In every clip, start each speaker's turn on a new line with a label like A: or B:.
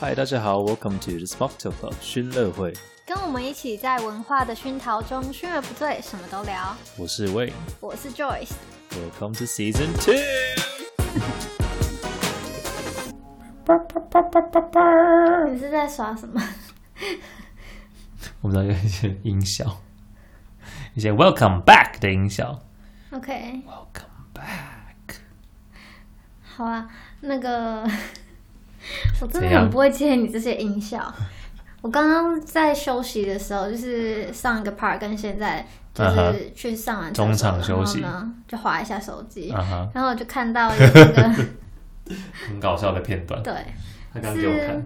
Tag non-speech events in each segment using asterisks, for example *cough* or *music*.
A: 嗨，大家好，Welcome to the Spark Talk Club 熏乐会，
B: 跟我们一起在文化的熏陶中，熏而不醉，什么都聊。
A: 我是 Wayne。
B: 我是 Joyce，
A: Welcome to Season Two。
B: 你是在耍什么？
A: 我们大家一些音效，一些 Welcome back 的音效。
B: *laughs* OK，
A: Welcome back。
B: 好啊，那个 *laughs* 我真
A: 怎
B: 的
A: 样
B: 很不会接你这些音效。我刚刚在休息的时候，就是上一个 part 跟现在，就
A: 啊哈
B: 是去上完厕所
A: 中场休息
B: 然后呢就划一下手机，
A: 啊哈，
B: 然后我就看到有一个，
A: 很搞笑的片段
B: 对
A: 他刚给我看。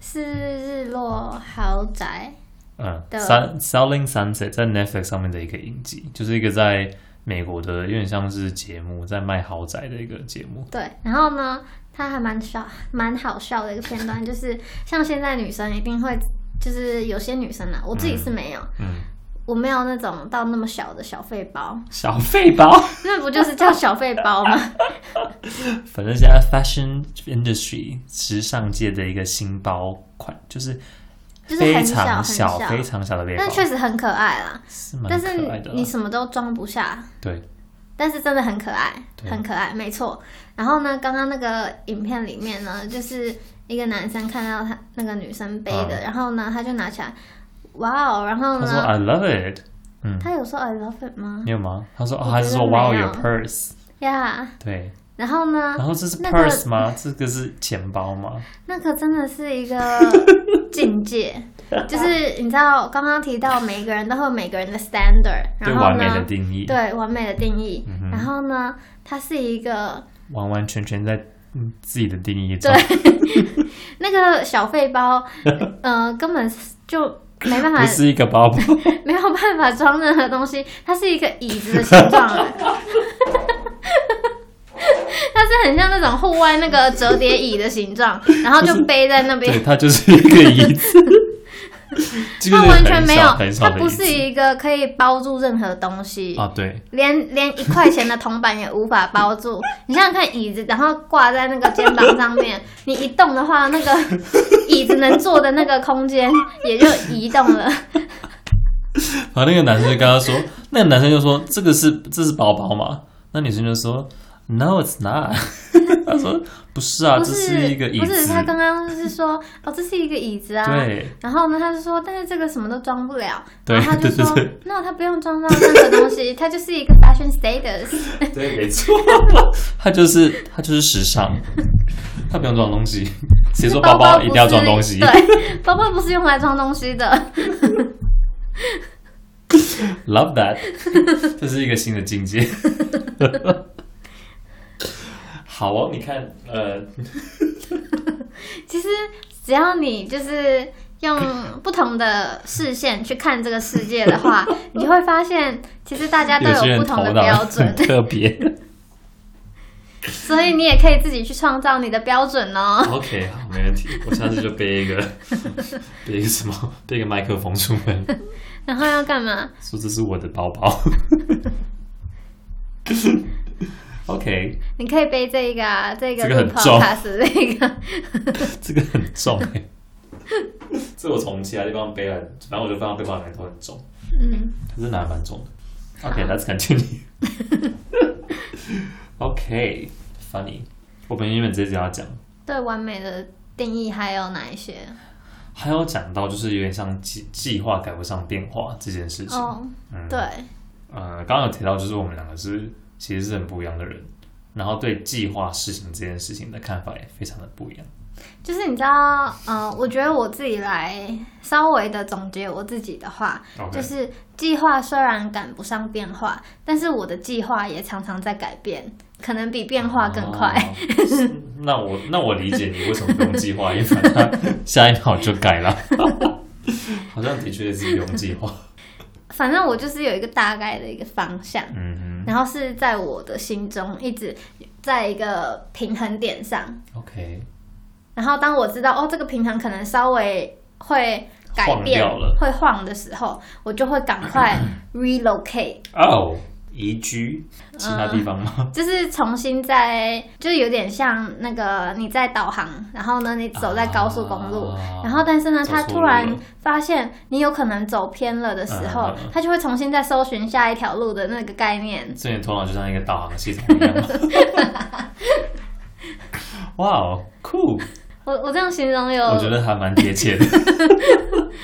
B: 是日落豪宅，
A: 嗯
B: 的
A: ，Sun Selling Sunset 在 Netflix 上面的一个影集，就是一个在美国的有点像是节目，在卖豪宅的一个节目。
B: 对，然后呢，它还蛮笑，蛮好笑的一个片段，就是像现在女生一定会，就是有些女生啊，我自己是没有，
A: 嗯，
B: 我没有那种到那么小的小费包， *laughs*
A: 小费包。
B: 那不就是叫小费包吗？
A: *laughs* 反正现在 fashion industry 时尚界的一个新包款，就是
B: 就是
A: 非
B: 很小
A: 常
B: 很小，
A: 非常小的背包
B: 但，确实很可爱啦。
A: 是蛮
B: 但是
A: 可爱的啦。啊
B: 你什么都装不下，
A: 对，
B: 但是真的很可爱，
A: 对
B: 很可爱，没错。然后呢，刚刚那个影片里面呢，就是一个男生看到他那个女生背的，
A: 嗯
B: 然后呢，他就拿起来，哇哦！然后
A: 他说
B: 呢，
A: I love it，嗯，
B: 他有说 I love it 吗
A: 你有吗？他说
B: 我
A: 哦，
B: 觉
A: 他
B: 得
A: 是说
B: 没
A: Wow
B: 有
A: your purse，
B: 呀
A: 对，
B: 然后呢，
A: 然后这是
B: 那个
A: purse 吗？这个是钱包吗？
B: 那个真的
A: *laughs*
B: 是一个境界，就是你知道刚刚提到每个人都会有每个人的 standard，
A: 对
B: 然
A: 完
B: 后
A: 美的
B: 呢，
A: 定义，
B: 对完美的定义，
A: 嗯哼哦
B: 然后呢，它是一个
A: 完完全全在嗯自己的定义中
B: 对。 *laughs* 那个小费包，呃，根本就没办
A: 不
B: 法，
A: 是一个包包，
B: *laughs* 没有办法装任何东西，它是一个椅子的形状 *laughs* 的。它是很像那种户外那个折叠椅的形状，然后就背在那
A: *laughs* 对，
B: 边。
A: 它就是一个椅
B: *laughs*
A: 子，这个
B: 它
A: 是
B: 完全
A: 很
B: 没
A: 小
B: 有
A: 很，
B: 它
A: 小的
B: 不
A: 椅
B: 是
A: 子
B: 一个可以包住任何东西，
A: 啊，对，
B: 连连一块钱的铜板也无法
A: *laughs*
B: 包住。你想想看，椅子然后挂在那个肩膀上面，你一动的话，那
A: *laughs*
B: 个椅子能坐的那个空间也就移动了。
A: 然后那个男生就跟他说， *laughs* 那个男生就说这个是这是包包嘛？那女生就说 No, it's not 。 *laughs* 他说不是啊，
B: 不
A: 这是一个椅
B: 不
A: 子。
B: 是他刚刚是说哦，这是一个椅子啊。
A: 对，
B: 然后呢，他就说，但是这个什么都装不了。
A: 对
B: 然后他就说
A: 对对对
B: 那他不用装到任何东西，他就是一个 fashion status。
A: 对，没错，他就是他就是时尚，他不用装东西。谁 *laughs* 说包包
B: 不
A: 一定要
B: 是
A: 装东西？
B: *laughs* 对，包包不是用来装东西的。
A: *laughs* Love that，这是一个新的境界。 *laughs* 好哦，你看，呃，
B: 其实只要你就是用不同的视线去看这个世界
A: *laughs*
B: 的话，你就会发现，其实大家都
A: 有些
B: 有
A: 人
B: 不
A: 头
B: 同的
A: 脑
B: 标
A: 很 *laughs*
B: 准，
A: 特
B: *laughs*
A: 别。
B: 所以你也可以自己去创造你的标准哦。
A: OK，好，没问题。我下次就背一个， *laughs* 背一个什么，背一个麦克风出门，
B: *laughs* 然后要干嘛？
A: 说这是我的包包。OK，
B: 你可以背这个、啊，这个
A: 这个很
B: 录
A: 重
B: podcast 的这个，
A: 这个很
B: *laughs*
A: 重哎、这我从其他地方背来，反正我就放到背包里面都很重，
B: 嗯，
A: 可是拿蛮重的。OK，Let's、continue。OK，Funny，、我们原本这集要讲，
B: 对完美的定义还有哪一些？
A: 还有讲到就是有点像计计划赶不上变化这件事情。
B: 哦，
A: 嗯，
B: 对，
A: 呃，刚刚有提到，就是我们两个是其实是很不一样的人，然后对计划事情这件事情的看法也非常的不一样。
B: 就是你知道，嗯、我觉得我自己来稍微的总结我自己的话，
A: OK，
B: 就是计划虽然赶不上变化，但是我的计划也常常在改变，可能比变化更快。
A: 哦是 *laughs* 那我那我理解你为什么不用计划，因为反
B: *laughs*
A: 正下一秒就改了。 *laughs* 好像的确是不用计划。
B: *laughs* 反正我就是有一个大概的一个方向，
A: 嗯
B: 然后是在我的心中一直在一个平衡点上。
A: 哼，OK，
B: 然后当我知道哦，这个平衡可能稍微会改
A: 晃
B: 变
A: 掉了， *laughs*
B: 会晃的时候，我就会赶快 relocate。
A: 哦移居其他地方吗？
B: 就是重新在，就是有点像那个你在导航，然后呢你走在高速公路，
A: 啊
B: 然后但是呢
A: 走错
B: 他
A: 路
B: 突然
A: 了
B: 发现你有可能走偏了的时候，
A: 嗯嗯嗯
B: 他就会重新再搜寻下一条路的那个概念。
A: 所以你头脑就像一个导航系统一样吗。
B: *laughs*
A: 哇哦，酷！
B: 我我这样形容有，
A: 我觉得还蛮贴切的。 *laughs*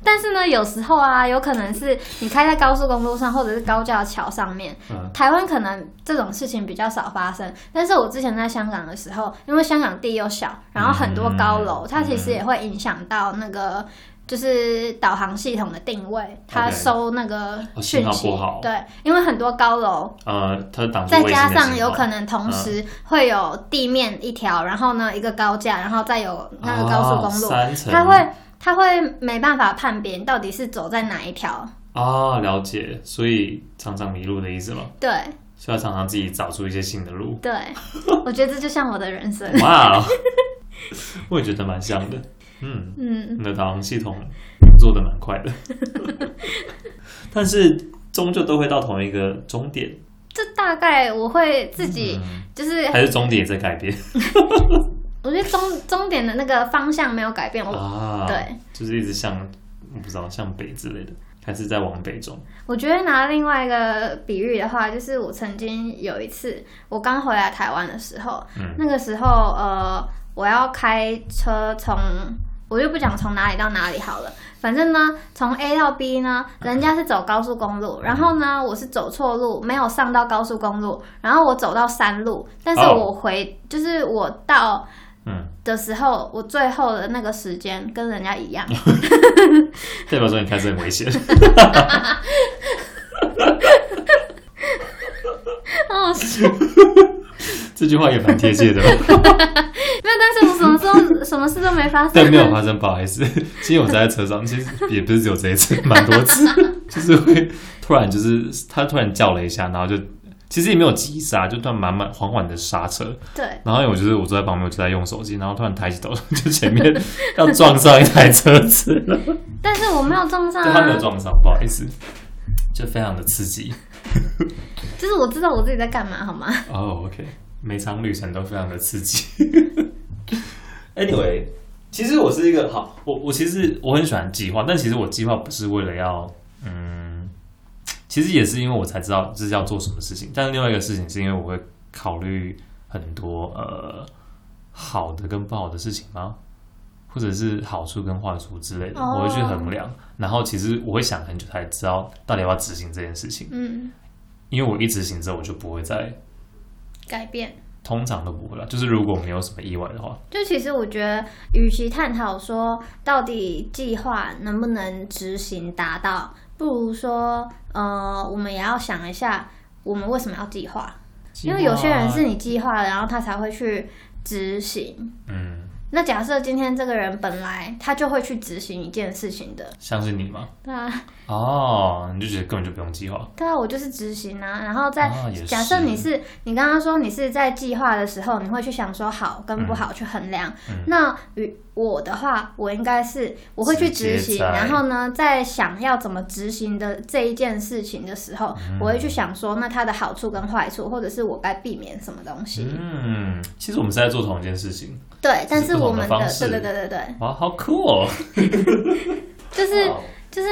B: 但是呢有时候啊，有可能是你开在高速公路上或者是高架桥上面，
A: 嗯，
B: 台湾可能这种事情比较少发生，但是我之前在香港的时候，因为香港地又小，然后很多高楼，
A: 嗯
B: 它其实也会影响到那个就是导航系统的定位，它
A: OK
B: 收那个
A: 哦信
B: 讯
A: 号
B: 息。
A: 不好
B: 对，因为很多高楼，
A: 呃，它挡住
B: 再
A: 卫星
B: 加
A: 的
B: 上
A: 信
B: 有
A: 号
B: 可能同时会有地面一条，然后呢一个高架，然后再有那个高速公
A: 哦
B: 路，
A: 三层
B: 它会它会没办法判别你到底是走在哪一条。
A: 哦，了解，所以常常迷路的意思吗？
B: 对
A: 所以要常常自己找出一些新的路。
B: 对，我觉得这就像我的人生。
A: *laughs* 哇哦，我也觉得蛮像的。嗯，
B: 嗯。
A: 你的导航系统做的蛮快的， *laughs* 但是终究都会到同一个终点，
B: 这大概我会自己
A: 嗯、
B: 就是，
A: 还是终点也在改变
B: 我觉得终终点的那个方向没有改变。我
A: 啊？，
B: 哦对，
A: 就是一直向我不知道向北之类的，还是在往北走。
B: 我觉得拿另外一个比喻的话，就是我曾经有一次，我刚回来台湾的时候，
A: 嗯
B: 那个时候呃，我要开车从。我就不讲从哪里到哪里好了，反正呢，从 A 到 B 呢，人家是走高速公路，然后
A: 嗯
B: 呢，我是走错路，没有上到高速公路，然后我走到山路，但是
A: 哦
B: 我回就是我到
A: 嗯，
B: 的时候，我最后的那个时间跟人家一样，
A: 代表说你开车很危险。 *laughs*
B: 哦，
A: 这句话也蛮贴切的。哦
B: 没有，但是我什么时候什么事都没发
A: *laughs* 但
B: 生，
A: 没有发生，不好意思。其实我在车上，其实也不是只有这一次，蛮多次， *laughs* 就是会突然就是他突然叫了一下，然后就其实也没有急刹，就突然慢慢缓缓的刹车。
B: 对，
A: 然后我就是我坐在旁边，我就在用手机，然后突然抬起头， *laughs* 就前面要撞上一台车子了，
B: 但是我没有撞上
A: 但他没有
B: 啊，
A: 撞上，不好意思，就非常的刺激。
B: 就是我知道我自己在干嘛，好吗？
A: 哦、o k 每场旅程都非常的刺激。anyway，其实我是一个好，我我其实我很喜欢计划，但其实我计划不是为了要，嗯，其实也是因为我才知道这是要做什么事情。但是另外一个事情是因为我会考虑很多呃好的跟不好的事情吗？或者是好处跟坏处之类的
B: 哦
A: 我会去衡量。然后其实我会想很久才知道到底要不要执行这件事情，
B: 嗯，
A: 因为我一执行之后，我就不会再
B: 改变。
A: 通常都不会啦，就是如果没有什么意外的话，
B: 就其实我觉得，与其探讨说到底计划能不能执行达到，不如说，呃，我们也要想一下，我们为什么要计划？
A: 啊
B: 因为有些人是你计划了，然后他才会去执行。
A: 嗯，
B: 那假设今天这个人本来他就会去执行一件事情的，
A: 像是你嘛，
B: 对啊，
A: 哦，你就觉得根本就不用计划，
B: 对啊，我就是执行啊。然后在、
A: 啊也是
B: 假设你是你刚刚说你是在计划的时候，你会去想说好跟不
A: 嗯
B: 好去衡量。那与我的话，我应该是我会去执
A: 直接
B: 行，
A: 在
B: 然后呢，在想要怎么执行的这一件事情的时候，
A: 嗯
B: 我会去想说那它的好处跟坏处，或者是我该避免什么东西。
A: 嗯，其实我们是在做同一件事情，
B: 对，但是
A: 不同
B: 我
A: 的
B: 们
A: 方
B: 的
A: 式
B: 对对对对对，
A: 哇，好酷哦，
B: 就是。
A: 哇
B: 就是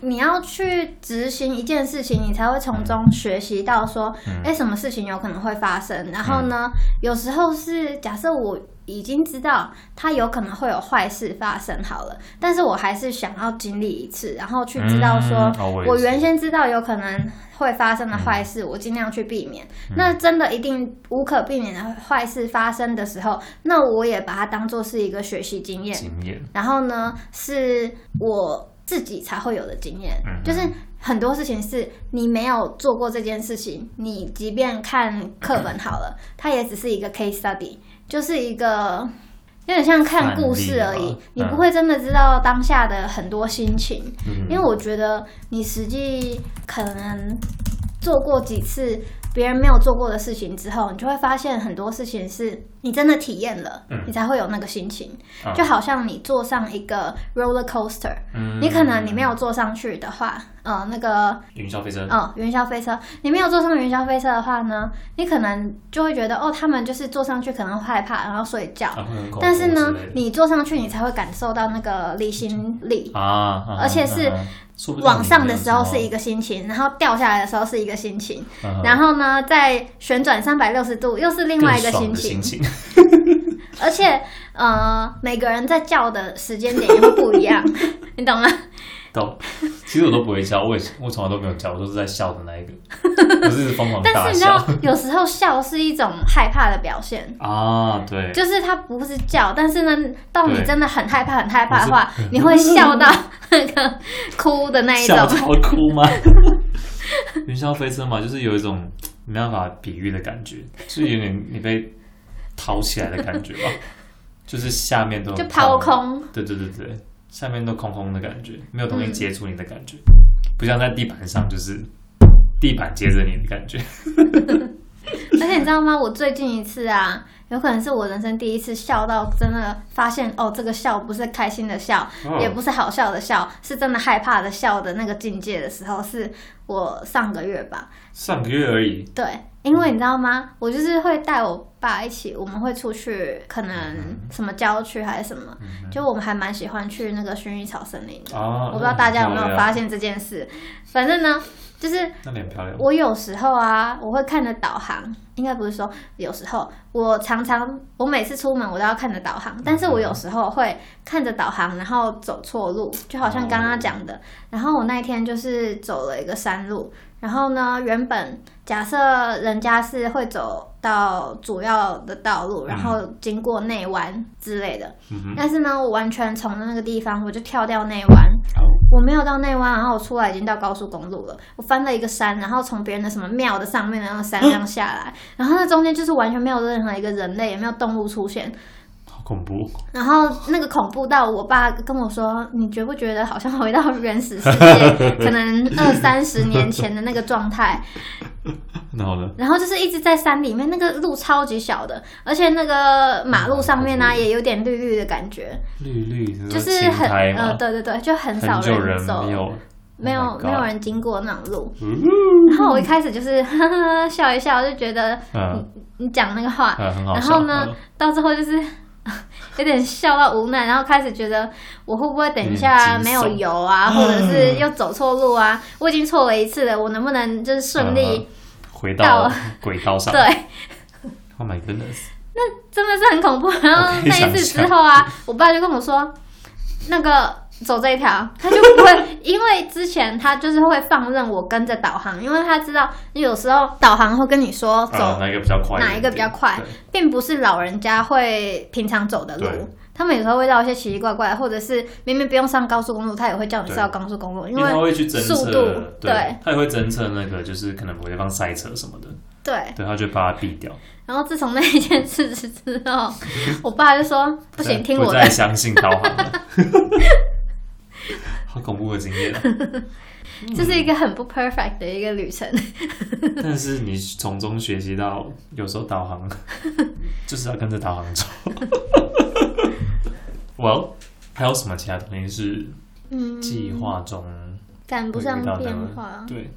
B: 你要去执行一件事情，你才会从中学习到说，
A: 嗯
B: 哎、什么事情有可能会发生。然后呢，有时候是假设我已经知道它有可能会有坏事发生好了，但是我还是想要经历一次，然后去知道说
A: 嗯，好我也
B: 我
A: 是嗯
B: 原先知道有可能会发生的坏事，我尽量去避免。那真的一定无可避免的坏事发生的时候，那我也把它当做是一个学习经验。
A: 经验，
B: 然后呢，是我自己才会有的经验，
A: 嗯
B: 就是很多事情是你没有做过这件事情，你即便看课本好了，它也只是一个 case study，就是一个。有点像看故事而
A: 范例
B: 已
A: 嘛，
B: 你
A: 嗯
B: 不会真的知道当下的很多心情，
A: 嗯
B: 因为我觉得你实际可能做过几次别人没有做过的事情之后，你就会发现很多事情是你真的体验了，
A: 嗯
B: 你才会有那个心情。
A: 啊
B: 就好像你坐上一个 roller coaster，、
A: 嗯
B: 你可能你没有坐上去的话，呃，那个
A: 云霄飞车，
B: 嗯，云霄飞车，你没有坐上云霄飞车的话呢，你可能就会觉得哦，他们就是坐上去可能会害怕，然后睡觉。
A: 啊会很恐怖
B: 但是呢
A: 之类，的
B: 你坐上去，你才会感受到那个离心力。
A: 啊啊，
B: 而且是
A: 嗯
B: 往上的时候是一
A: 个，
B: 个心情，然后掉下来的时候是一个心情，
A: 嗯
B: 然后呢，再旋转三百六十度又是另外一个
A: 更爽
B: 心
A: 的
B: 情
A: 心。情， *laughs*
B: 而且，呃，每个人在叫的时间点也会不
A: *laughs*
B: 一样，你懂吗？
A: 懂？其实我都不会笑，我也我从来都没有笑，我都是在笑的那
B: *laughs*
A: 一个，我是疯狂
B: 但是
A: 大
B: 你知道
A: 笑， *laughs*
B: 有时候笑是一种害怕的表现。
A: 啊，对，
B: 就是它不是叫，但是呢，到你
A: 对
B: 真的很害怕、很害怕的话，你会笑到那个哭的那一种
A: 笑。到哭吗？云霄飞车嘛，就是有一种没办法比喻的感觉，就是有点你被掏起来的感觉
B: *laughs*
A: 吧，就是下面都
B: *laughs* 就抛空，
A: 对对对对，下面都空空的感觉，没有
B: 嗯
A: 东西接触你的感觉，不像在地板上就是地板接着你的感觉。
B: 而且你知道吗？我最近一次啊，有可能是我人生第一次笑到真的发现，哦，这个笑不是开心的笑，
A: 哦
B: 也不是好笑的笑，是真的害怕的笑的那个境界的时候，是我上个月吧。
A: 上个月而已，
B: 对，因为你知道吗？我就是会带我爸一起，我们会出去，可能什么郊区还是什么，就我们还蛮喜欢去那个薰衣草森林的。
A: 啊
B: 我不知道大家有没
A: 嗯漂
B: 有
A: 亮
B: 发现这件事，反正呢，就是
A: 那脸漂亮，
B: 我有时候啊，我会看着导航，应该不是说有时候，我常常我每次出门我都要看着导航，但是我有时候会看着导航，然后走错路，就好像刚刚讲
A: 嗯
B: 的。然后我那一天就是走了一个山路，然后呢，原本假设人家是会走到主要的道路，然后经过内湾之类的，
A: 嗯哼，
B: 但是呢，我完全从那个地方我就跳掉内湾。
A: 哦
B: 我没有到内湾，然后我出来已经到高速公路了。我翻了一个山，然后从别人的什么庙的上面的那个山这样下来，然后那中间就是完全没有任何一个人类，也没有动物出现。
A: 好恐怖，
B: 然后那个恐怖到我爸跟我说：“你觉不觉得好像回到原始世界，可能二三十年前的那个状态？”
A: 那好了，
B: 然后就是一直在山里面，那个路超级小的，而且那个马路上面呢、也有点绿绿的感觉，
A: 绿绿说
B: 就是
A: 青
B: 很
A: 苔
B: 呃，
A: 嘛，
B: 对对对，就很少
A: 很久
B: 走，
A: 没有，
B: 没有、
A: Oh my
B: 没有
A: God
B: 人经过那种路。
A: 嗯
B: 然后我一开始就是 *laughs* 呵呵笑一笑，就觉得
A: 嗯，
B: 你讲那个话，
A: 嗯 *laughs* 很好
B: 然
A: 笑。
B: 后呢
A: 嗯，
B: 到最后就是 *laughs* 有点笑到无奈，然后开始觉得我会不会等一下
A: 有点惊悚
B: 没有油啊，或者是又走错路啊？我已经错了一次了，我能不能就是顺
A: 嗯
B: 利？
A: 回
B: 到
A: 到轨道上。
B: 对，
A: Oh my goodness！
B: 真的是
A: *laughs*
B: 很恐怖。然后
A: 我可以
B: 那一
A: 想
B: 次之
A: 象
B: 后啊，我爸就跟我说，那个走这一条，他就
A: *laughs*
B: 不会，因为之前他就是会放任我跟着导航，因为他知道有时候导航会跟你说
A: 啊
B: 走
A: 哪一个比较快？
B: 哪一个比较快
A: 对
B: 并不是老人家会平常走的路
A: 对。
B: 他们有时候会绕一些奇奇怪怪的，或者是明明不用上高速公路，他也会叫你上高速公路，
A: 因
B: 因
A: 为他
B: 为
A: 会去侦
B: 速
A: 测
B: 度，对
A: 对，他也会侦测那个就是可能某个地方塞车什么的，
B: 对。
A: 对，他就把它避掉。
B: 然后自从那一件事之
A: *laughs*
B: 后，我爸就说不行，听我
A: 不
B: 的
A: 再，相信导航
B: *laughs*
A: 了。好恐怖的经验啊，
B: 这是一个很不 perfect 的一个旅程。
A: 但是你从中学习到，有时候导
B: *laughs*
A: 航就是要跟着导航走。well，还有什么其他东西是
B: 嗯，
A: 计划中？
B: 赶不上
A: 遇到的
B: 变化。
A: 对，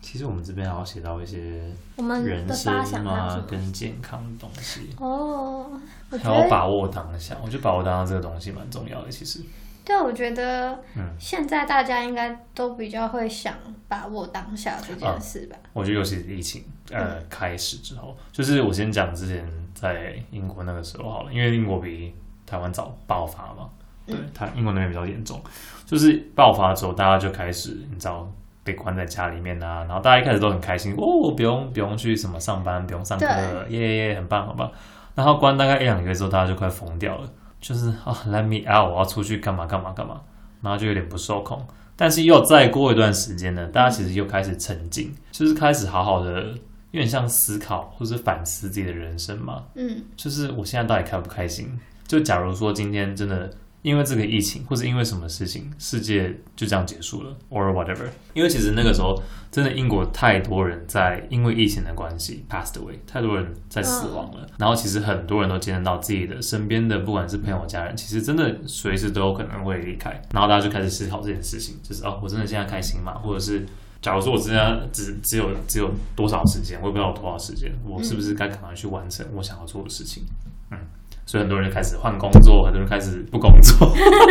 A: 其实我们这边还有写到一些
B: 我们
A: 人
B: 的
A: 生
B: 嗯发想还有什
A: 啊
B: 么？
A: 跟健康的东西，
B: 哦，我觉
A: 还要
B: 得
A: 把握当下。我觉得把握当下这个东西蛮重要的，其实。
B: 对，我觉得
A: 嗯
B: 现在大家应该都比较会想把握当下这
A: 啊
B: 件事吧。
A: 我觉得尤其是疫情呃开始之后，就是我先讲之前在英国那个时候好了，因为英国比台湾早爆发嘛，对，它英国那边比较严重，就是爆发之后大家就开始你知道被关在家里面啊，然后大家一开始都很开心哦，不用不用去什么上班，不用上课了，耶耶耶，很棒很棒。然后关大概一两个月之后，大家就快疯掉了，就是啊、l e t me out，我要出去干嘛干嘛干嘛，然后就有点不受控。但是又再过一段时间呢，大家其实又开始沉浸，就是开始好好的，有点像思考或是反思自己的人生嘛。
B: 嗯
A: 就是我现在到底开不开心？就假如说今天真的因为这个疫情，或者因为什么事情，世界就这样结束了，or whatever。因为其实那个时候，真的英国太多人在因为疫情的关系 passed away，太多人在死亡了。然后其实很多人都见证到自己的身边的，不管是朋友、家人，其实真的随时都有可能会离开。然后大家就开始思考这件事情，就是哦，我真的现在开心吗？或者是假如说我真的只只有只有多少时间，我也不知道我多少时间，我是不是该赶快去完成我想要做的事情？嗯所以很多人就开始换工作，很多人开始不工作， *laughs*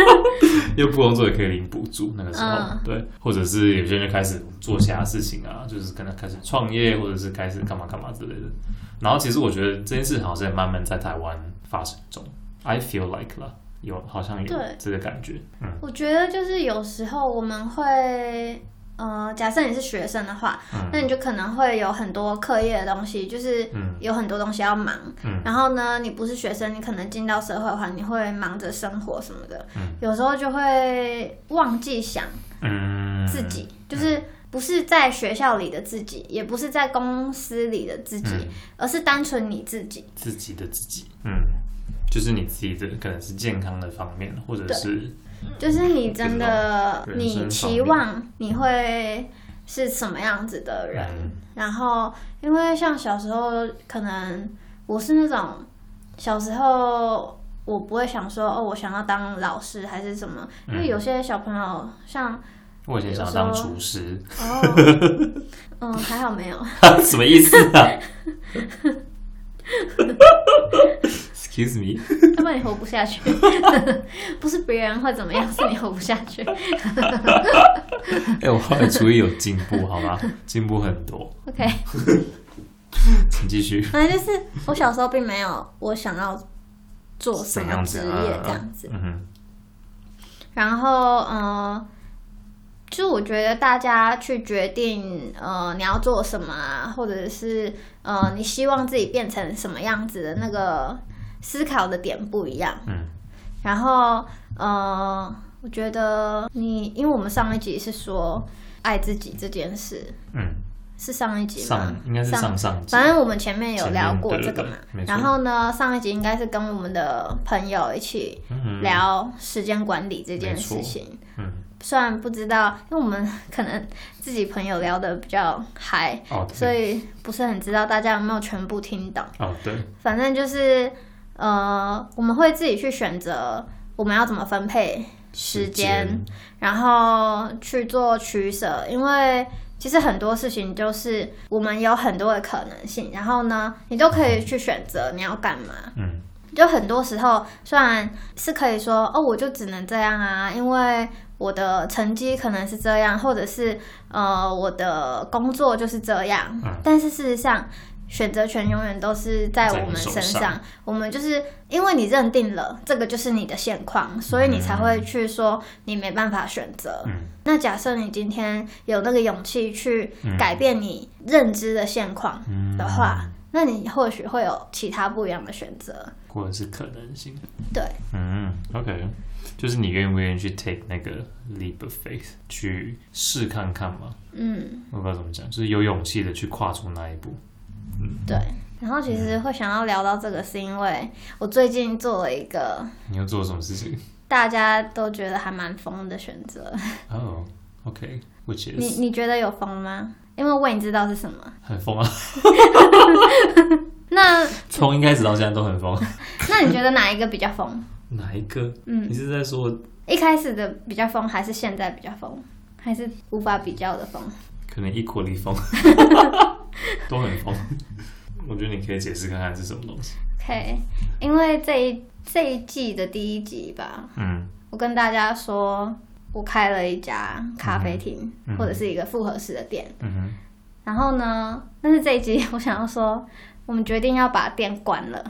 A: 因为不工作也可以领补助。那个时候，
B: 嗯
A: 对，或者是有些人就开始做其他事情啊，就是可能开始创业，或者是开始干嘛干嘛之类的。然后其实我觉得这件事好像也慢慢在台湾发生中，I feel like 啦，有好像有
B: 对
A: 这个感觉，嗯
B: 我觉得就是有时候我们会，呃，假设你是学生的话，那你就可能会有很多课业的东西，就是
A: 嗯
B: 有很多东西要忙。
A: 嗯
B: 然后呢，你不是学生，你可能进到社会的话，你会忙着生活什么的，
A: 嗯
B: 有时候就会忘记想
A: 嗯，
B: 自己，就是。不是在学校里的自己，也不是在公司里的自己，
A: 嗯
B: 而是单纯你自己。
A: 自己的自己，嗯，就是你自己的可能是健康的方面，或者是
B: 就是你真的，
A: 人生
B: 你期望你会是什么样子的人？
A: 嗯
B: 然后，因为像小时候，可能我是那种小时候我不会想说哦，我想要当老师还是什么，因
A: 嗯
B: 为有些小朋友像
A: 我以前想要当厨师， *laughs*
B: 哦，嗯，还好没有，
A: 什么意思啊？Excuse me，
B: *laughs* 要不然你活不下去。不是别人会怎么样，是你活不下 *laughs* 去。
A: 哎、我后来厨艺有进步，好吗？进步很多，
B: OK，
A: 请继续。
B: 反正就是我小时候并没有我想要做什么职业这样子。
A: 嗯哼，
B: 然后，呃，就我觉得大家去决定，呃，你要做什么啊，或者是呃，你希望自己变成什么样子的那个思考的点不一样。
A: 嗯。
B: 然后，呃，我觉得你，因为我们上一集是说爱自己这件事，
A: 嗯，
B: 是上一集吗？
A: 上应该是上上集，
B: 反正我们前面有聊过
A: 前面
B: 这
A: 对
B: 个
A: 对
B: 嘛
A: 对没，错
B: 然后呢，上一集应该是跟我们的朋友一起
A: 嗯
B: 聊时间管理这件事情。
A: 嗯，
B: 虽然不知道，因为我们可能自己朋友聊的比较嗨，
A: 哦，对
B: 所以不是很知道大家有没有全部听懂。
A: 哦，对，
B: 反正就是，呃，我们会自己去选择我们要怎么分配时间，然后去做取舍，因为其实很多事情就是我们有很多的可能性，然后呢，你都可以去选择你要干嘛。
A: 嗯，
B: 就很多时候虽然是可以说哦，我就只能这样啊，因为我的成绩可能是这样，或者是呃我的工作就是这样，
A: 嗯
B: 但是事实上。选择权永远都是在
A: 在
B: 我们
A: 你手
B: 身
A: 上
B: 上，我们就是因为你认定了这个就是你的现况，所以你才会去说你没办法选择。
A: 嗯
B: 那假设你今天有那个勇气去改变你认知的现况
A: 嗯
B: 的话，那你或许会有其他不一样的选择。
A: 或者是可能性，
B: 对，
A: 嗯，OK，就是你愿不愿意去 take 那个 leap of faith 去试看看嘛？
B: 嗯，
A: 我不知道怎么讲，就是有勇气的去跨出那一步。
B: 对。然后其实会想要聊到这个，是因为我最近做了一个
A: 你又做了什么事情？
B: 大家都觉得还蛮疯的选择。
A: 哦、o k w h i c h
B: 你
A: is
B: 你觉得有疯吗？因为我已经知道是什么。
A: 很疯啊，
B: 那
A: 从一开始到现在都很疯。
B: 那你觉得哪一个比较疯？
A: *laughs*
B: *laughs*
A: 哪一个？
B: 嗯
A: 你是在说
B: 一开始的比较疯，还是现在比较疯，还是无法比较的疯？
A: 可能一国离
B: *laughs*
A: 疯，都很疯。我觉得你可以解释看看是什么东西。
B: OK，因为这一这一季的第一集吧，
A: 嗯
B: 我跟大家说，我开了一家咖啡厅、
A: 嗯
B: 或者是一个复合式的店。
A: 嗯哼，
B: 然后呢，但是这一集 *laughs* 我想要说，我们决定要把店关了，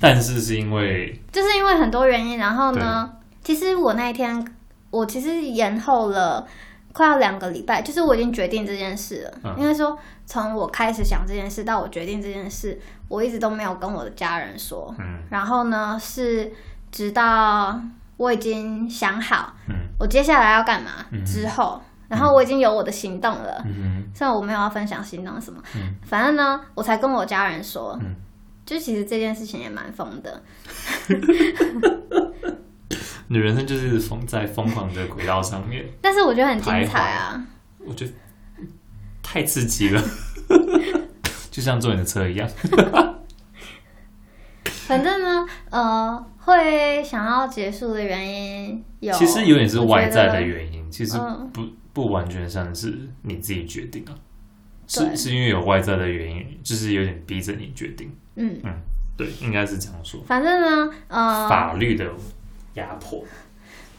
A: 但是是因为
B: 就是因为很多原因。然后呢，其实我那一天，我其实延后了。快要两个礼拜，就是我已经决定这件事了。
A: 嗯
B: 因为说从我开始想这件事到我决定这件事，我一直都没有跟我的家人说。
A: 嗯
B: 然后呢，是直到我已经想好
A: 嗯
B: 我接下来要干嘛
A: 嗯
B: 之后，然后我已经有我的行动了。
A: 嗯
B: 虽然我没有要分享行动什么，
A: 嗯
B: 反正呢，我才跟我家人说，
A: 嗯
B: 就其实这件事情也蛮疯的。
A: 哼你的人生就是疯在疯狂的轨道上面，
B: 但是我觉得很精彩啊！
A: 我觉得太刺激了， *laughs* 就像坐你的车一样。
B: 反正呢，呃，会想要结束的原因有，
A: 其实有点是
B: 我觉
A: 外在的
B: 得
A: 原因，其实
B: 嗯
A: 不不完全像是你自己决定啊，是
B: 对
A: 是因为有外在的原因，就是有点逼着你决定。
B: 嗯，
A: 对，应该是这样说。
B: 反正呢，呃，
A: 法律的压迫，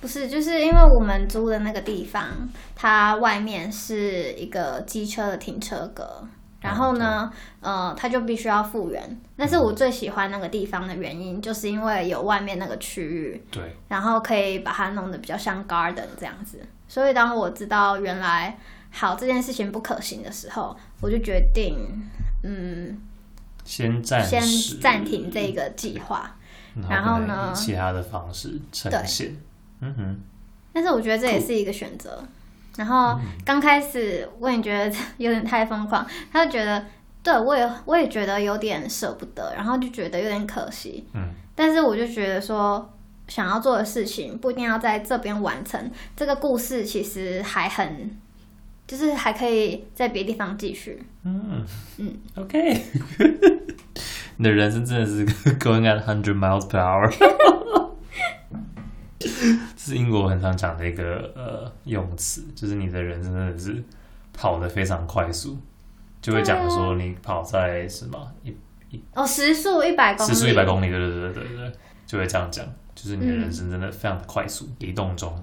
B: 不是，就是因为我们租的那个地方，它外面是一个机车的停车格，然后呢，
A: 啊
B: 呃，它就必须要复原。但是我最喜欢那个地方的原因，就是因为有外面那个区域，
A: 对，
B: 然后可以把它弄得比较像 garden 这样子。所以当我知道原来好这件事情不可行的时候，我就决定，嗯，
A: 先暂
B: 先
A: 时
B: 暂，停这个计划。
A: 然
B: 然后
A: 可能
B: 呢
A: 以其他的方式呈
B: 对
A: 现。嗯哼，
B: 但是我觉得这也是一个选择。然
A: 嗯
B: 后刚开始我也觉得有点太疯狂，他就觉得，对我也我也觉得有点舍不得，然后就觉得有点可惜。
A: 嗯，
B: 但是我就觉得说，想要做的事情不一定要在这边完成，这个故事其实还很，就是还可以在别的地方继续。
A: OK，你的人生真的是 *laughs* going at hundred miles per hour，这是英国很常讲的一个呃用词，就是你的人生真的是跑得非常快速，就会讲说
B: 啊
A: 你跑在什么一
B: 哦，时速一百公里，
A: 时速一百公里，对对对对对对，就会这样讲，就是你的人生真的非常的快速，
B: 嗯
A: 移动中。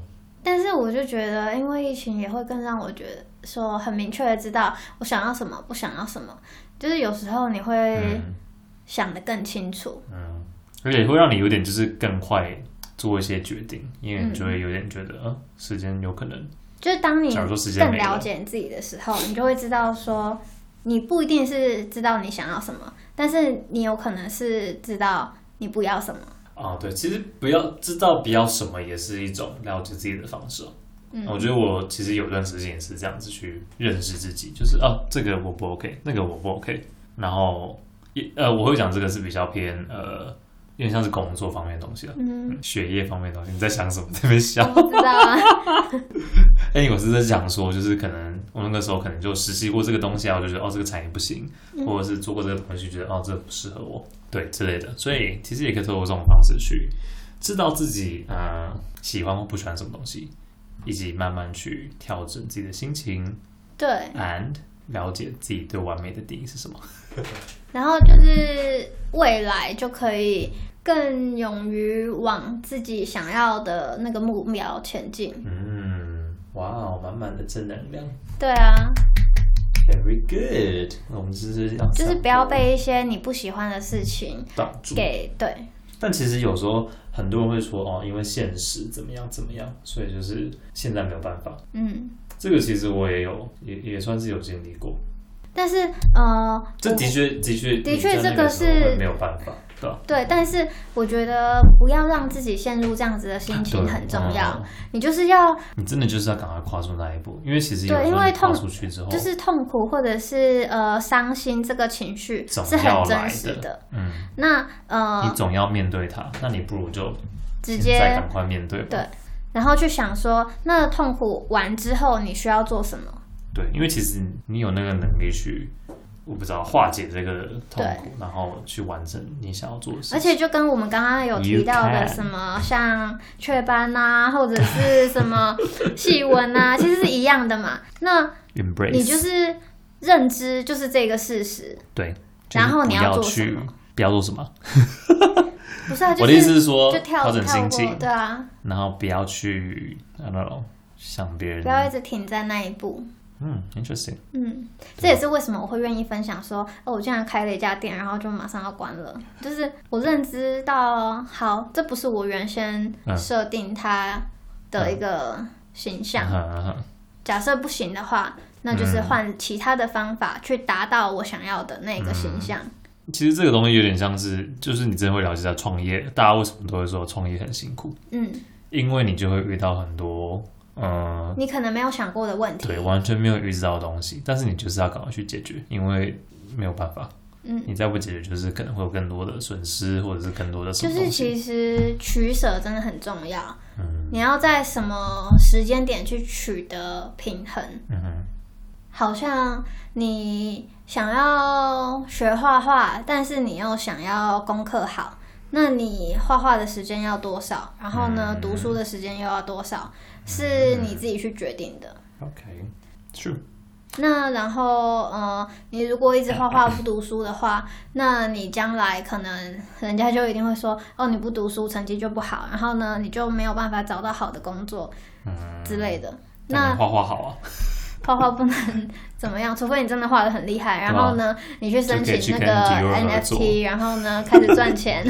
B: 但是我就觉得，因为疫情也会更让我觉得说很明确的知道我想要什么，不想要什么。就是有时候你会
A: 嗯
B: 想得更清楚，
A: 嗯，而且会让你有点就是更快做一些决定，因为你就会有点觉得，嗯、时间有可能，
B: 就是当你
A: 假如说时间
B: 更
A: 没
B: 了
A: 了，
B: 解你自己的时候，你就会知道说，你不一定是知道你想要什么，但是你有可能是知道你不
A: *laughs*
B: 要什么。
A: 哦，对，其实不要知道不要什么也是一种了解自己的方式哦、
B: 嗯
A: 我觉得我其实有段时间也是这样子去认识自己，就是哦，这个我不 OK，那个我不 OK，然后也呃，我会讲这个是比较偏呃，有点像是工作方面的东西了、
B: 嗯，
A: 学业方面的东西。你在想什么？在那边笑？
B: 我知道啊， *laughs*
A: 哎、我是在讲说，就是可能我那个时候可能就实习过这个东西啊，我就觉得哦，这个产业不行，
B: 嗯
A: 或者是做过这个东西，觉得哦，这个不适合我，对之类的。所以其实也可以透过这种方式去知道自己呃喜欢或不喜欢什么东西，以及慢慢去调整自己的心情
B: 对。
A: ，and 了解自己对完美的定义是什么。
B: 然后就是未来就可以更勇于往自己想要的那个目标前进。
A: 嗯，哇哦，满满的正能量
B: 对啊，
A: ，very good。我们就是要
B: 就是不要被一些你不喜欢的事情
A: 挡住。
B: 给对，
A: 但其实有时候很多人会说哦，因为现实怎么样怎么样，所以就是现在没有办法。
B: 嗯。
A: 这个其实我也有，也也算是有经历过。
B: 但是呃，
A: 这的确的确
B: 的确
A: 你在那
B: 这个
A: 时候会
B: 是
A: 没有办法，对吧？
B: 对，但是我觉得不要让自己陷入这样子的心情
A: 对
B: 很重要。
A: 嗯
B: 你就是要
A: 你真的就是要赶快跨出那一步，因为其实有
B: 对
A: 时候
B: 因为
A: 你跨
B: 痛
A: 出去之后，
B: 就是痛苦或者是呃伤心这个情绪
A: 总
B: 是
A: 要
B: 很
A: 来
B: 真实
A: 的
B: 的。
A: 嗯，
B: 那
A: 你
B: 呃，
A: 总要面对它，那你不如就
B: 直
A: 现在
B: 接
A: 赶快面对吧。
B: 对，然后去想说，那痛苦完之后你需要做什么？
A: 对，因为其实你有那个能力去，我不知道化解这个痛苦，然后去完成你想要做的事情。
B: 而且就跟我们刚刚有提到
A: You
B: 的
A: can
B: 什么像雀斑啊，或者是什么细纹啊，其实是一样的嘛。那
A: embrace
B: 你就是认知就是这个事实，
A: 对，
B: 然后你
A: 就是不要
B: 要做什
A: 去
B: 么
A: 不要做什么。
B: 不是啊？就是、
A: 我的意思是说，
B: 就跳
A: 调整
B: 跳
A: 心嗯
B: 过，
A: 情，
B: 对啊，
A: 然后不要去 I don't know 想别
B: 不要
A: 人。
B: 一直停在那一步。
A: 嗯，interesting。
B: 嗯，这也是为什么我会愿意分享说，哦，我竟然开了一家店，然后就马上要关了。就是我认知到，好，这不是我原先
A: 嗯
B: 设定它的一个形象。
A: 嗯哼嗯哼
B: 假设不行的话，那就是
A: 嗯
B: 换其他的方法去达到我想要的那个形象。
A: 其实这个东西有点像是，就是你真的会了解到创业，大家为什么都会说创业很辛苦，
B: 嗯，
A: 因为你就会遇到很多嗯，
B: 你可能没有想过的问题。
A: 对，完全没有预知到的东西，但是你就是要赶快去解决，因为没有办法。
B: 嗯，
A: 你再不解决，就是可能会有更多的损失，或者是更多的什
B: 就
A: 么
B: 是
A: 东西。
B: 其实取舍真的很重要，
A: 嗯
B: 你要在什么时间点去取得平衡。
A: 嗯哼，
B: 好像你想要学画画，但是你又想要功课好，那你画画的时间要多少？然后呢，
A: 嗯
B: 读书的时间又要多少？是你自己去决定的。
A: OK，是，
B: 那然后，呃，你如果一直画
A: 嗯
B: 画不读书的话，那你将来可能人家就一定会说，哦，你不读书成绩就不好，然后呢，你就没有办法找到好的工作
A: 嗯，
B: 之类的。那
A: 但你画画好啊，
B: 泡泡不能怎么样，除非你真的画的很厉害，然后呢，你去申
A: 哦就可以去
B: 请那
A: 跟
B: 个
A: 迪欧合作
B: NFT，然后呢开始赚钱。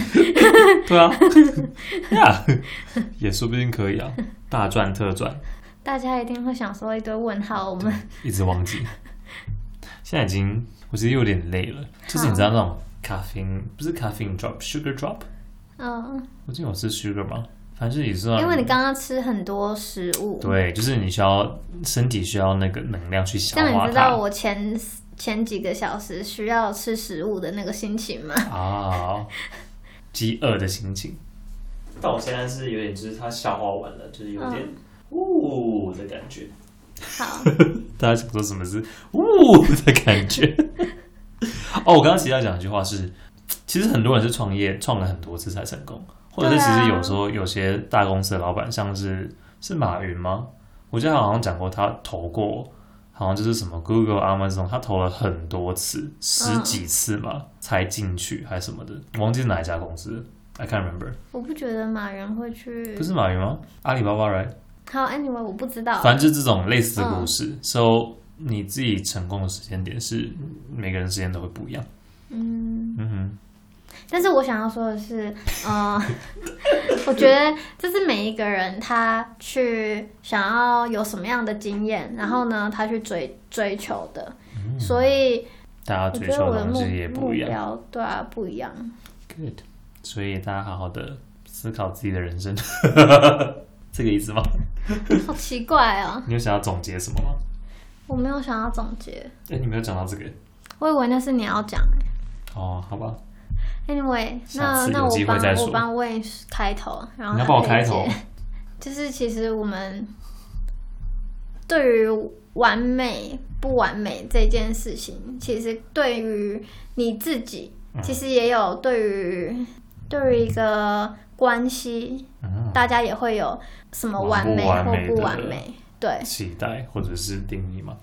A: 对 *laughs* 啊，呀， *laughs* 也说不定可以啊，大赚特赚，
B: 大家一定会想说一堆问号，我们
A: 一直忘记。现在已经，我其实有点累了，就是你知道那种 caffeine 不是 caffeine drop，sugar drop，
B: 嗯，
A: 我记得我是 sugar 吗？反正也是让
B: 因为你刚刚吃很多食物，
A: 对，就是你需要身体需要那个能量去消
B: 像
A: 化
B: 你
A: 它。
B: 知道我前前几个小时需要吃食物的那个心
A: *laughs*
B: 情吗？
A: 啊，饥饿的心情。但我现在是有点，就是它消化完了，就是有点
B: 嗯
A: 呜的感觉。
B: 好，
A: 大家想说什么是呜的感觉？哦，我刚刚其实要讲一句话是，其实很多人是创业创了很多次才成功，或者是
B: 对
A: 其
B: 啊
A: 实有时候有些大公司的老板，像是是马云吗？我记得他好像讲过，他投过。好像就是什么 Google、Amazon，他投了很多次，
B: 嗯
A: 十几次嘛，才进去还是什么的，我忘记是哪一家公司了，I can't remember，
B: 我不觉得马人会去
A: 不。是马云吗？阿里巴巴 right？
B: 好，anyway，我不知道。
A: 反正就是这种类似
B: 嗯
A: 的故事。so 你自己成功的时间点是每个人时间都会不一样。
B: 嗯。
A: 嗯哼，
B: 但是我想要说的是，
A: *laughs*
B: 呃，我觉得这是每一个人他去想要有什么样的经验，然后
A: 嗯
B: 呢，他去追追求的，所以
A: 大家
B: 我觉
A: 嗯追
B: 得
A: 求
B: 我
A: 的
B: 的
A: 东
B: 目
A: 西也不
B: 目
A: 一样。
B: 标对啊不一样。
A: Good，所以大家好好的思考自己的人生，这个意思吗？ *laughs*
B: 好奇怪哦，
A: 你有想要总结什么吗？
B: 我没有想要总结，
A: 哎、你没有讲到这个
B: 我以为那是你要讲。
A: 哦，好吧，
B: Anyway，
A: 下
B: 那
A: 次
B: 那
A: 有
B: 我
A: 机会
B: 帮
A: 再说
B: 我帮魏开头，然后
A: 你要帮我
B: 他可以
A: 开头
B: 接， *laughs* 就是其实我们对于完美不完美这件事情，其实对于你自己，
A: 嗯
B: 其实也有对于对于一个关系，
A: 嗯，
B: 大家也会有什么完美
A: 完不
B: 或
A: 完美
B: 不
A: 的
B: 完美。对，
A: 期待或者是定义嘛。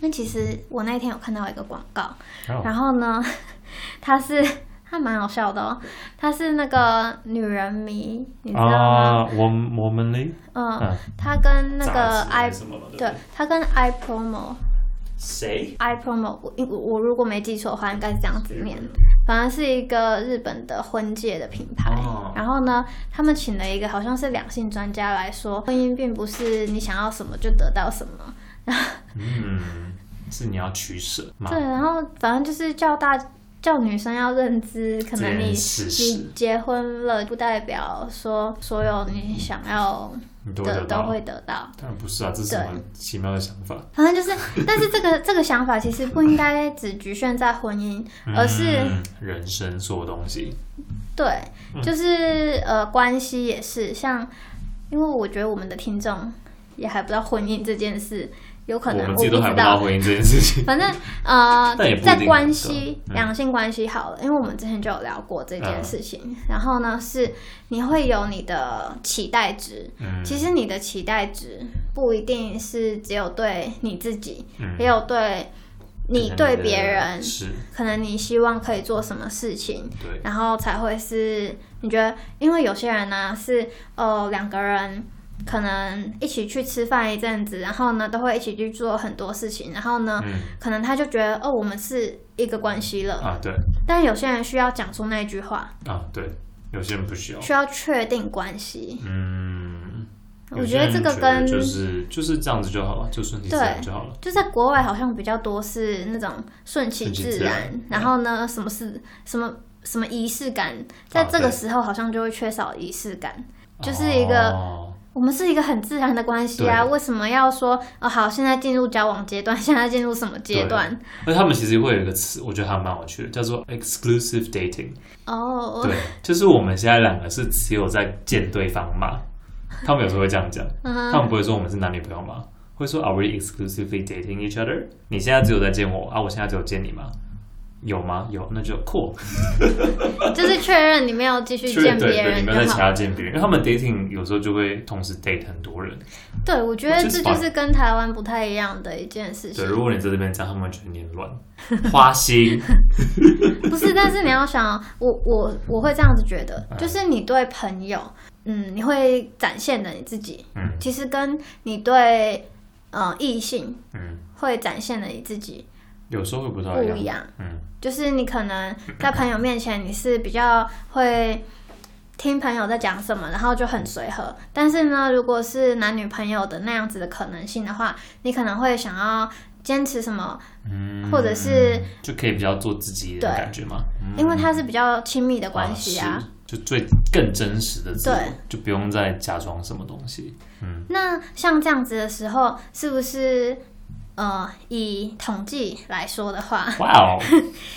B: 那其实我那天有看到一个广告，
A: 哦
B: 然后呢， *laughs* 它是它蛮好笑的哦，它是那个女人迷，你知道吗？
A: 啊，我我们嘞，
B: 嗯，
A: 嗯，
B: 它跟那个
A: 杂志
B: i
A: 还是什么嘛对不
B: 对
A: 对，
B: 它跟 i promo
A: 谁？
B: i promo，我我我如果没记错的话，应该是这样子念。反正是一个日本的婚介的品牌，
A: 哦
B: 然后呢，他们请了一个好像是两性专家来说，婚姻并不是你想要什么就得到什么，
A: 嗯，是你要取舍吗？
B: 对，然后反正就是叫大叫女生要认知，可能
A: 这
B: 你
A: 件事实
B: 你结婚了，不代表说所有你想要
A: 你都会
B: 的
A: 得
B: 都
A: 到。
B: 会得到。
A: 当然不是啊，这是什么奇妙的想法？
B: 反正就是，但是这个这个想法其实不应该只局限在婚姻，而是
A: 嗯人生所有东西，
B: 对，
A: 嗯
B: 就是呃，关系也是像，因为我觉得我们的听众也还不知道婚姻这件事，有可
A: 我
B: 能
A: 们
B: 我
A: 自己都还
B: 知
A: 不到
B: 道。
A: 婚姻这件事情。
B: 反正呃
A: 但也不，一定啊
B: 在关系
A: 对嗯
B: 两性关系好了，因为我们之前就有聊过这件事
A: 嗯
B: 情。然后呢，是你会有你的期待值，
A: 嗯
B: 其实你的期待值不一定是只有对你自己，
A: 嗯
B: 也有对
A: *laughs*
B: 你对别人，
A: 是，
B: 可能你希望可以做什么事情，
A: 对，
B: 然后才会是你觉得，因为有些人呢、是呃两个人可能一起去吃饭一阵子，然后呢都会一起去做很多事情，然后呢、
A: 嗯
B: 可能他就觉得哦我们是一个关系了，
A: 啊，对
B: 但有些人需要讲出那句话，
A: 啊，对，有些人不需要。
B: 需要确定关系。
A: 嗯，
B: 我觉得这个
A: 有些人
B: 跟
A: 觉得就是就是这样子就好了，就顺其自然
B: 对
A: 就好了。
B: 就在国外好像比较多是那种顺其
A: 顺其
B: 自
A: 自然
B: 然，
A: 嗯
B: 然后呢什么事什么什么仪式感，在这个
A: 啊对
B: 时候好像就会缺少仪式感，就是一个
A: 哦
B: 我我们是一个很自然的关系啊，
A: 对
B: 为什么要说哦好，现在进入交往阶段，现在进入什么阶段？
A: 而且他们其实会有一个词，我觉得还蛮有趣的，叫做 exclusive dating。
B: 哦，
A: 对，就是我们现在两个是只有在见对方嘛，他们有时候会这样讲，
B: 嗯
A: 他们不会说我们是男女朋友嘛，会说 Are we exclusively dating each other？你现在只有在见我啊，我现在只有见你吗？有吗？有，那就 cool。
B: 就是确认你没有继续见
A: 对
B: 别
A: 对，你
B: 人
A: 没有在其
B: 就好。
A: 他见别人，因为他们 dating 有时候就会同时 date 很多人。
B: 对，我觉得这就是跟台湾不太一样的一件事
A: 对，
B: 情。
A: 如果你在这边这样，他们会觉得你很乱， *laughs* 花心。
B: 不是，但是你要想，我我我会这样子觉得，
A: 嗯
B: 就是你对朋友，嗯，你会展现的你自己，
A: 嗯
B: 其实跟你对呃异性
A: 嗯，
B: 会展现的你自己
A: 有时候会不太
B: 不
A: 一
B: 一
A: 样。
B: 样。
A: 嗯，
B: 就是你可能在朋友面前你是比较会听朋友在讲什么，然后就很随和。但是呢，如果是男女朋友的那样子的可能性的话，你可能会想要坚持什么，
A: 嗯
B: 或者是
A: 就可以比较做自己的
B: 对
A: 感觉嘛。嗯
B: 因为它是比较亲密的关系啊。
A: 是就最更真实的自我
B: 对，
A: 就不用再假装什么东西。
B: 那像这样子的时候，是不是呃，以统计来说的话，
A: 哇
B: *laughs*
A: 哦，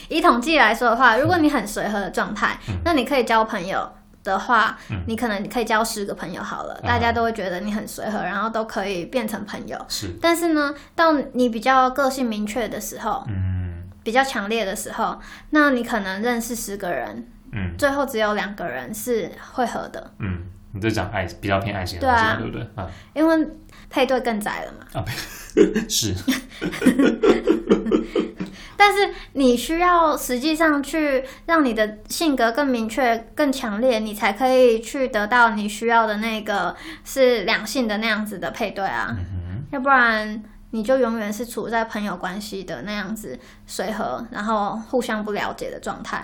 B: 以统计来说的话，如果你很随和的状态，
A: 嗯
B: 那你可以交朋友的话，你可能可以交十个朋友好了，
A: 啊
B: 大家都会觉得你很随和，然后都可以变成朋友。
A: 是，
B: 但是呢，到你比较个性明确的时候，
A: 嗯
B: 比较强烈的时候，那你可能认识十个人，
A: 嗯
B: 最后只有两个人是会合的，
A: 嗯，你在讲爱，比较偏爱情的
B: 对
A: 东西
B: 啊
A: 嘛，对不对？啊，
B: 因为配对更窄了嘛。
A: 是，
B: 但是你需要实际上去让你的性格更明确、更强烈，你才可以去得到你需要的那个是两性的那样子的配对啊，
A: 嗯
B: 要不然你就永远是处在朋友关系的那样子随和，然后互相不了解的状态。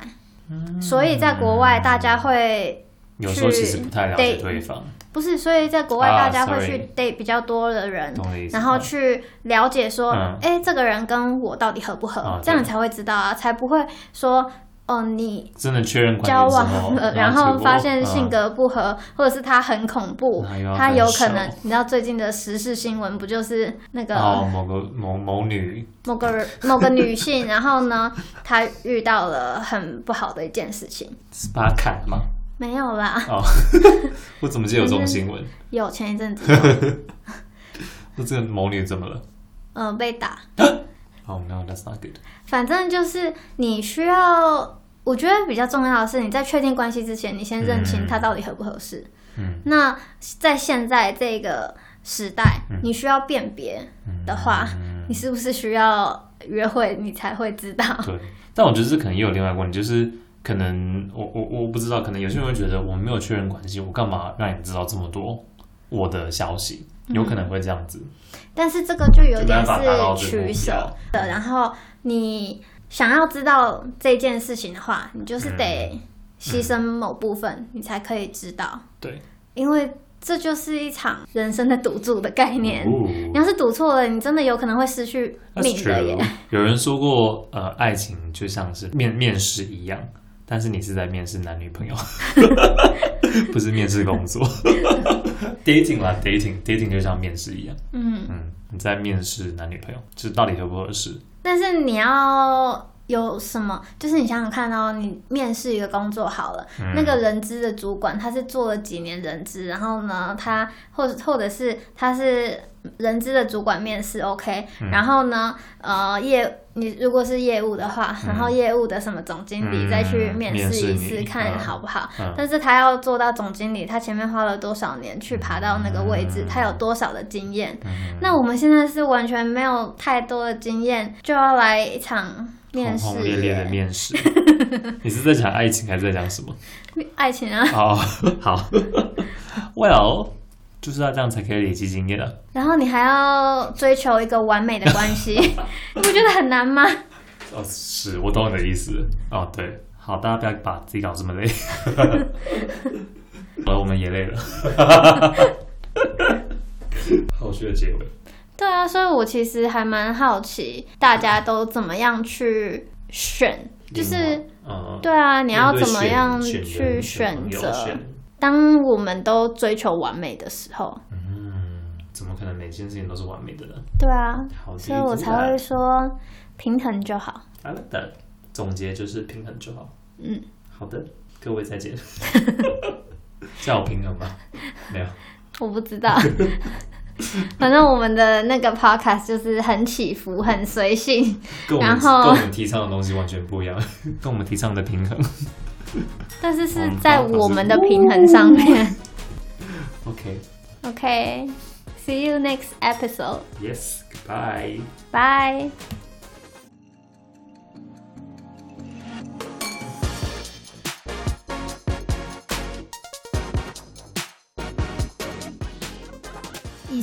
A: 嗯
B: 所以在国外，大家会
A: 哼，有时候其实不太了解
B: 去
A: 对方，
B: 不是，所以在国外
A: 啊
B: 大家会
A: sorry
B: 去 date 比较多的人，
A: 懂我的意思吗？
B: 嗯然后去了解说，
A: 嗯
B: 哎、这个人跟我到底合不合，
A: 啊
B: 这样你才会知道啊，才不会说，哦，你
A: 真的确认关系哦
B: 交往
A: 之后
B: 了，然后
A: 结果
B: 发现性
A: 嗯哎
B: 格不合，或者是他很恐怖
A: 那又要，
B: 他有可
A: 分手
B: 能，你知道最近的时事新闻不就是那个、
A: 然后某个某某女，
B: 某
A: *laughs*
B: 个人某个女性，然后呢，她遇到了很不好的一件事情，
A: 是把她砍了吗？
B: 没有啦，
A: 哦，我怎么记得有这种新闻？
B: 有前一阵子有，
A: 那这个某女怎么了
B: 嗯、被打，
A: ？Oh no, that's not good。
B: 反正就是你需要，我觉得比较重要的是你在确定关系之前，你先认清
A: 嗯
B: 它到底合不合适。
A: 嗯，
B: 那在现在这个时代，
A: 嗯
B: 你需要辨别的话，你是不是需要约会，你才会知道？
A: 对，但我觉得这可能也有另外一个问题，就是可能我我我不知道，可能有些人会觉得我没有确认关系，我干嘛让你知道这么多我的消息？有可能会这样子，
B: 但是这个就有
A: 就没
B: 点
A: 办法达到
B: 是
A: 这个目
B: 取舍
A: 标。
B: 的。然后你想要知道这件事情的话，你就是
A: 嗯
B: 得牺牲某部分，你才可以知道。
A: 对，
B: 因为这就是一场人生的赌注的概念。
A: 哦
B: 你要是赌错了，你真的有可能会失去
A: That's
B: 命的
A: true
B: 耶。。
A: 有人说过，呃，爱情就像是面面试一样，但是你是在面试男女朋
B: *laughs*
A: 友，不是面试工作。dating 啦，dating dating 就像面试一样，
B: 嗯，
A: 嗯，你在面试男女朋友，这到底合不合适？
B: 但是你要有什么？就是你想想看哦，你面试一个工作好了，
A: 嗯
B: 那个人资的主管他是做了几年人资，然后呢，他或者或者是他是人资的主管面试 OK，、然
A: 嗯
B: 后呢，呃，业你如果是业务的话，然后业务的什么总经理
A: 嗯
B: 再去面
A: 面
B: 试
A: 试
B: 一
A: 你
B: 次，
A: 嗯嗯
B: 看好不好？
A: 嗯
B: 但是他要做到总经理，他前面花了多少年去爬到那个位置，
A: 嗯
B: 他有多少的经验？那我们现在是完全没有太多的经验，就要来一场面
A: 轰
B: 试
A: 轰烈烈的
B: 耶，
A: 面
B: *laughs*
A: 试。你是在讲爱情还是在讲什么？
B: 爱情啊。 *laughs*
A: 哦，好，Well，就是要这样才可以累积经验啊。
B: 然后你还要追求一个完美的关系， *laughs* 你不觉得很难吗？
A: 哦，是我懂你的意思。哦，对，好，大家不要把自己搞这么累。 *laughs* 好了，我们也累了。 *laughs* 好趣的结尾。
B: 对啊，所以我其实还蛮好奇，大家都怎么样去选，就是
A: 嗯，
B: 对啊，你要怎么样
A: 面对
B: 去
A: 选
B: 选
A: 人
B: 择？
A: 选朋友选
B: 当我们都追求完美的时候，
A: 怎么可能每件事情都是完美的呢？
B: 对啊，
A: 好的，
B: 所以我才会说平衡就好。
A: 好的，总结就是平衡就好。
B: 嗯，
A: 好的，各位再见。 *laughs* 叫我平衡吧，没有。
B: 我不知道， *laughs* 反正我们的那个 podcast 就是很起伏，很随性。
A: 跟我们
B: 然后
A: 跟我们提倡的东西完全不一样，跟我们提倡的平衡。
B: 但是嗯是在我们的平衡上面。
A: OK，Yes，Goodbye、
B: OK，see you next episode，
A: Yes, goodbye
B: bye。以